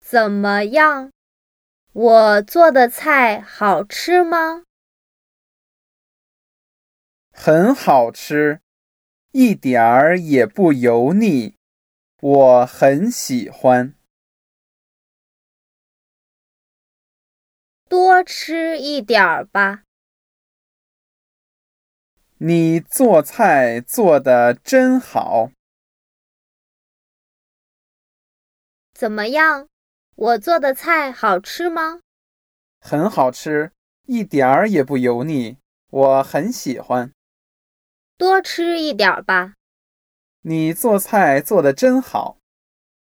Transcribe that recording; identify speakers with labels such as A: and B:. A: 怎么样？我做的菜好吃吗？
B: 很好吃，一点儿也不油腻，我很喜欢。
A: 多吃一点儿吧。
B: 你做菜做得真好，
A: 怎么样？我做的菜好吃吗？
B: 很好吃，一点儿也不油腻，我很喜欢。
A: 多吃一点儿吧。
B: 你做菜做得真好。